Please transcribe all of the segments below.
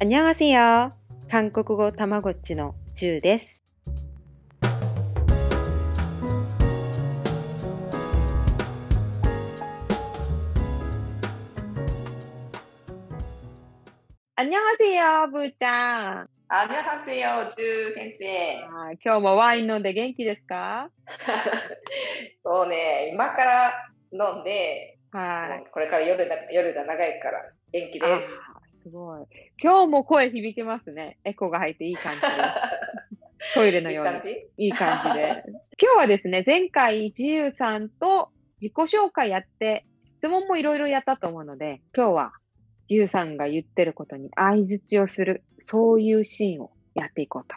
안녕하세요韓国語たまごっちのジュウです。안녕하세요、ブーちゃん。 안녕하세요、ジュ先生。あー今日もワイン飲んで元気ですかそうね、今から飲んで、はい。これから夜だ夜が長いから元気あです。ーすごい。今日も声響いてますね。エコが入っていい感じで。トイレのいいように感。じいい感じで。 今日はですね、前回、自由さんと自己紹介やって、質問もいろいろやったと思うので、今日は自由さんが言ってることに相づちをする、そういうシーンをやっていこうと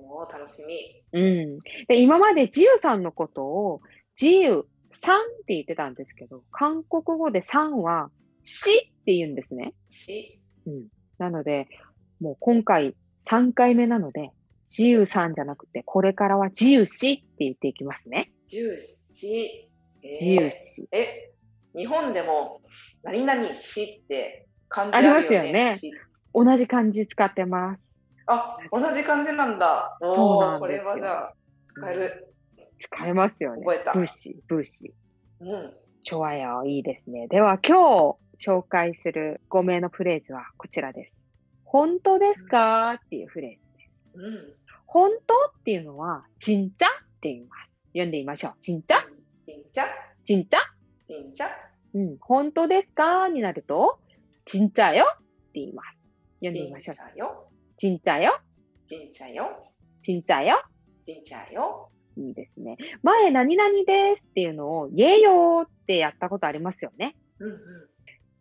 思おー、楽しみ。う。うん。で、今まで自由さんのことを、自由さんって言ってたんですけど、韓国語でさんは、しって言うんですね。し、なので、もう今回3回目なので、自由さんじゃなくて、これからは自由しって言っていきますね。ジュし、え自由し。え、日本でも何々しって漢字あありるますよよねね。し同じ漢字使ってます。あ、同じ漢字なんだ。おそうーなんこですれよはじゃあ使える。使えますよね。覚えたブーシ、ブーシ。うん。チョアヤいいですね。では今日紹介する5名のフレーズはこちらです。本当ですかっていうフレーズ。うん。本当っていうのは、ちんちゃって言います。読んでみましょう。ちんちゃちんちゃ、ちんちゃちんちゃ、うん。本当ですかになると、ちんちゃよって言います。読んでちみんまちしょう。ゃよ、ちんちゃよちんちゃよ、ちんちゃよちんちゃよ。いいですね。前、何々ですっていうのを、イエヨーってやったことありますよね。うんうん。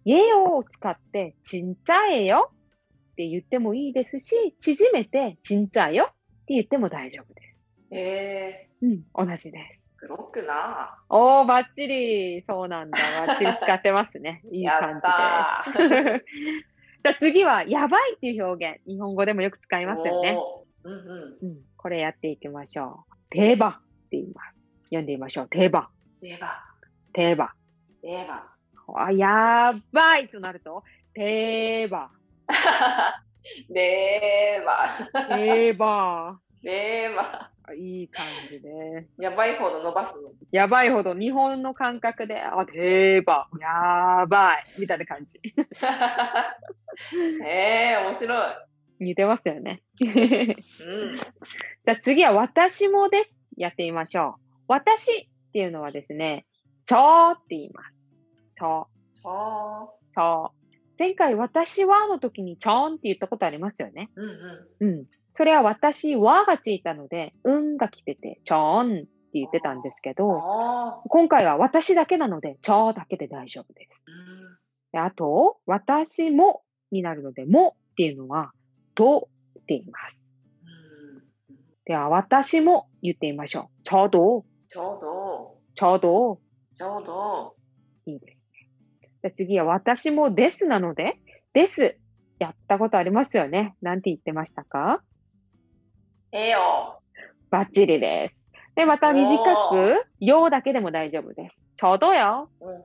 家を使って、ちんちゃえよって言ってもいいですし、縮めて、ちんちゃえよって言っても大丈夫です。えうん、同じです。ー、黒くな。おー、ばっちりそうなん だ。ばっちり使ってますね。いいや感ったじです。 じゃあ次は、やばいっていう表現。日本語でもよく使いー。ますよね。おー。うんうん。うん、これやっていきましょう。定番って言います。読んでみましょう。定番、レバ定番。ー、レバあ、やばいとなると、定番、ー。レバー。定番。レバあいい感じで。ー。やばいほど伸ばすの。やばいほど日本の感覚で、あ、定番、やばい、みたいな感じ。えー、面白い。似てますよね。じうん。ゃあ次は私もです。やってみましょう。私っていうのはですね、ちょーって言います。ちょそー、ちょー。前回私はの時にちょーんって言ったことありますよね。う。うんううん。それは私はがついたので、うんが来てて、ちょーんって言ってたんですけん。ど、あ今回は私だけなので、ちょーだけで大丈夫です。ーうん。であと、私もになるので、もっていうのは、とって言います。うんでは、私も言ってみましょう。ちょうど、ちょうど、ちょうど、ちょうど、いいですね。で次は、私もですなので、です。やったことありますよね。なんて言ってましたかええよ。バッチリです。で、また短おーく、よだけでも大丈夫です。ちょうどよ、うん。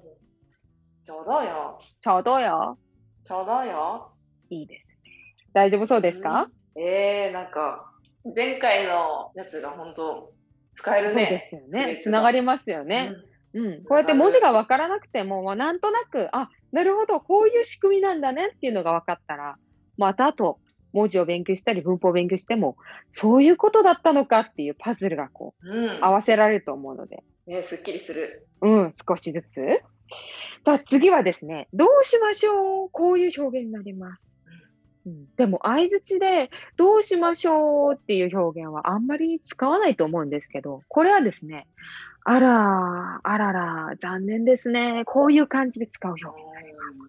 ちょうどよ。ちょうどよ。ちょうどよ。いいですね。大丈夫そうですか、うんえー、なんか、前回のやつが本当、使えるそうでね。すよフレーズねが。つながりますよね。うん。うん、こうやって文字が分からなくても、まあ、なんとなく、あ、なるほど、こういう仕組みなんだねっていうのが分かったら、またあと文字を勉強したり文法を勉強しても、そういうことだったのかっていうパズルがこうんう合わせられると思うので、ね、すっきりする。うん、少しずつ。さあ次はですね、どうしましょうこういう表現になります。うん、でも相づちでどうしましょうっていう表現はあんまり使わないと思うんですけど、これはですね、あら、あらら、残念ですね。こういう感じで使う表現。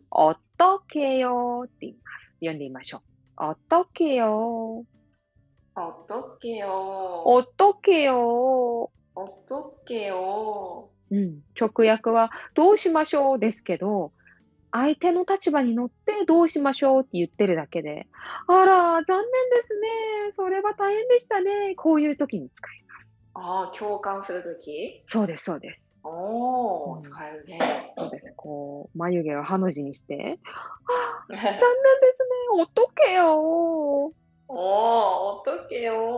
おっとけよって言います。読んでみましょう。おっとけよ。おっとっけよ。おっとけよ。おっとっけよ。うん、直訳はどうしましょうですけど、相手の立場に乗ってどうしましょうって言ってるだけで、あら、残念ですね。それは大変でしたね。こういう時に使いまああ、共感するときす。そうです、そうです。おうー、ん使える ね。そうです。こう、眉毛をハの字にして、残念ですね、おっとけよー。おー、おとけよ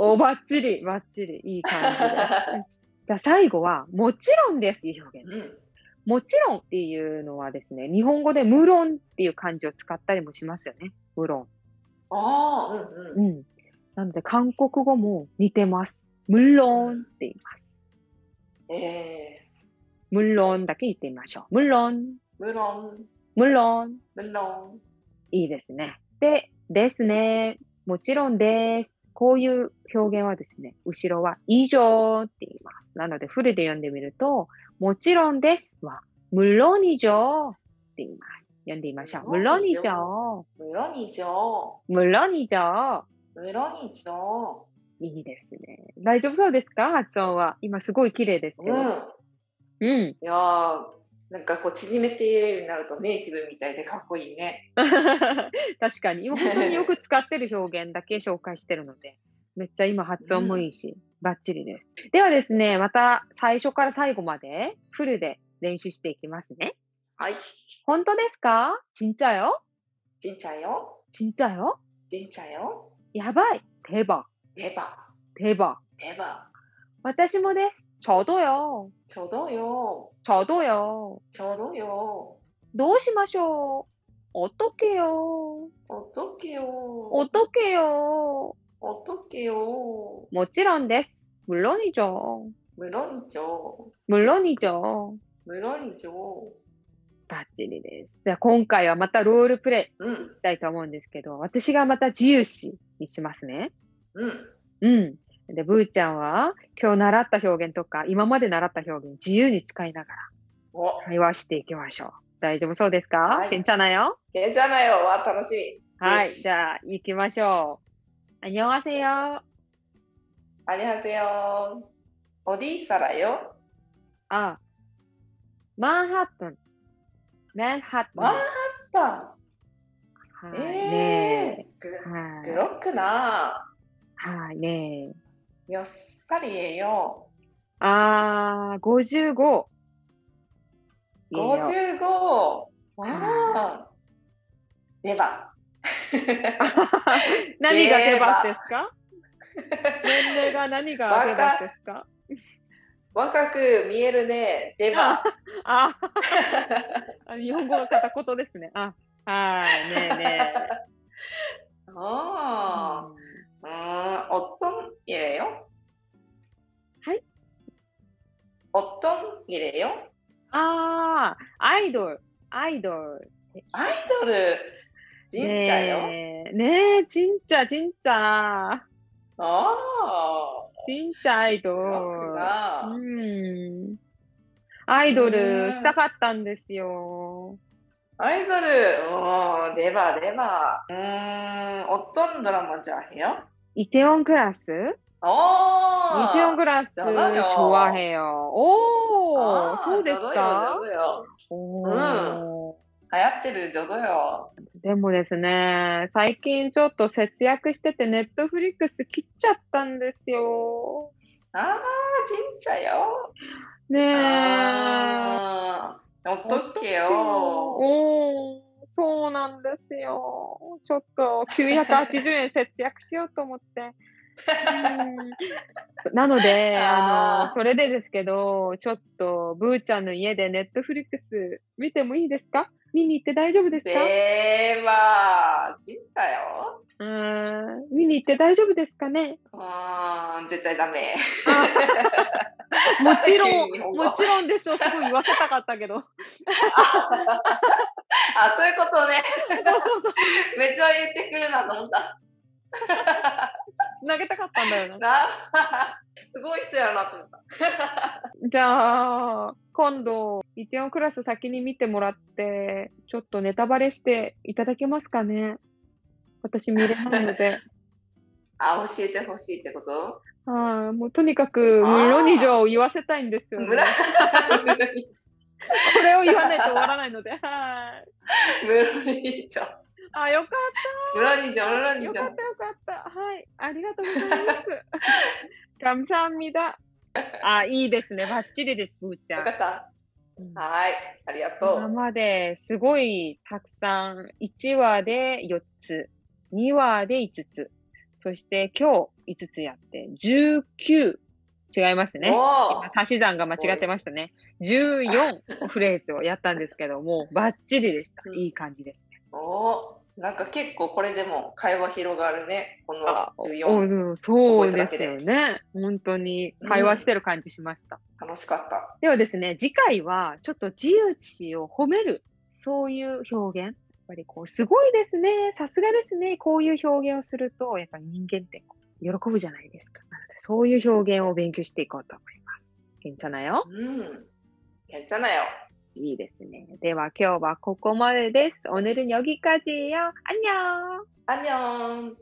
お、ばっちり、ばっちり、いい感じで。じゃあ最後は、もちろんですっていう表ー。現。うん。もちろんっていうのはですね、日本語で無論っていう漢字を使ったりもしますよね。無論。あー、ううんん。なので、韓国語も似てます。無論って言います。うん。え無論だけ言ってみましょう。無論、ー、無論、無論。無論。いいですね。で、ですね。もちろんです。こういう表現はですね、後ろは以上って言います。なので、フルで読んでみると、もちろんですは、無論以上って言います。読んでみましょう。無無論論以以上。無論以上。無論以上。無論以上。いいですね。大丈夫そうですか発音は。今すごい綺麗ですけうど。ん。うん。いやー、なんかこう縮めて言えるようになるとネイティブみたいでかっこいいね。 確かに。今本当によく使ってる表現だけ紹介してるので、 めっちゃ今発音もいいし、バッチリです。ではですね、また最初から最後までフルで練習していきますね。はい。本当ですか진짜요 ちんちゃよ。 진짜요 ちんちゃよ。やばい대박 レバ。 대박 レバ。私もです。저도요 ちょうどよ。 저도요 ちょうどよ。どうしましょう어떡해요 おとけよ。 어떡해요 おとけよ。 물론です. 물론이죠. 물론이죠 물론이죠. 물론이죠 バッチリです。じゃあ今回はまたロールプレイうんしたいと思うんですけど、私がまた自由視にしますね。うんうん。で、ブーちゃんは今日習った表現とか、今まで習った表現自由に使いながらお会話していきましょう。大丈夫そうですか、はい 괜찮아요 괜찮아요わ楽しみはい。よしじゃあ行きましょう。안녕하세요。 안녕하세요 어디 살아요 あ、マンハッタン。マンハッタン。 만하탄 はいね 예. え。 그- はい。 그렇구나 はいねえ。 몇 살이에요 あー、55。いいよ55 와 대박 何が出ますですか年齢が何が出ますですか若く見えるねデバあー日本語の片言ですね。あ、はい、ねえねえ。 아, 음, 어떤 일이에요? 하이? 어떤 일이에요? あー、アイドル、アイドル。アイドル、神社よ。ねえ、ねえ、ちんちゃ、ちんちゃ、あ 아, ちんちゃアイドあ、ル僕。 어. 음. が。うん。アイドルしたかったんですよ。アイドル、おー、レバレバ。うーん、어떤드라마좋아해요 어! イテオンクラスおイーテオンクラス、チそうだよョアヘヨ。おあー、ーそうですジョドかよジョドよおー流行ってるジョドよ。でもですね、最近ちょっと節約してて、ネットフリックス切っちゃったんですよ。ああ、神社よ。ねえ。あー、おっとけよ。おー、そうなんですよ。ちょっと980円節約しようと思って。うんなので、あ あの、ーそれでですけど、ちょっと、ブーちゃんの家でネットフリックス見てもいいですか見に行って大丈夫ですかレバ、神社よ。うーん見に行って大丈夫ですかねうーん、絶対ダメ。 もちろ急に日ん、本語もちろんですよ。すごい言わせたかったけど。あ、そういうことね。そうそうそう。めっちゃ言ってくるなと思った。つなげたかったんだよな。な すごい人やなと思った。じゃあ、今度、イテオンクラス先に見てもらって、ちょっとネタバレしていただけますかね私見れないの で。あ、教えてほしいってことはい、もうとにかく、無論以上を言わせたいんですよ、ね。無 論これを言わないと終わらないので。はい。無論以上。あ、よかっ無論以上、無た。論以よ上 かっ。た、よかった。はい。ありがとうございます。감사합니다。 あ、いいですね。バッチリです、ぶーちゃよんか。った。うんはい。ありがと今う。まですごいたくさん、1話で4つ、2話で5つ、そして今日5つやって、19、違いますね。お今足し算が間違ってましたね。14フレーズをやったんですけども、バッチリでしたう。んいい感じです。ーおーなんか結構これでも会話広がるね。このお14。うんそうですよね。本当に会話してる感じしました。楽しかった。ではですね、次回はちょっと自由知を褒める、そういう表現。やっぱりこう、すごいですね、さすがですね、こういう表現をすると、やっぱり人間って喜ぶじゃないですか。なので、そういう表現を勉強していこうと思います。けんちゃなよ。うん。괜찮아요。 いいですね。では今日はここまでです。오늘은여기까지예요。안녕。 안녕。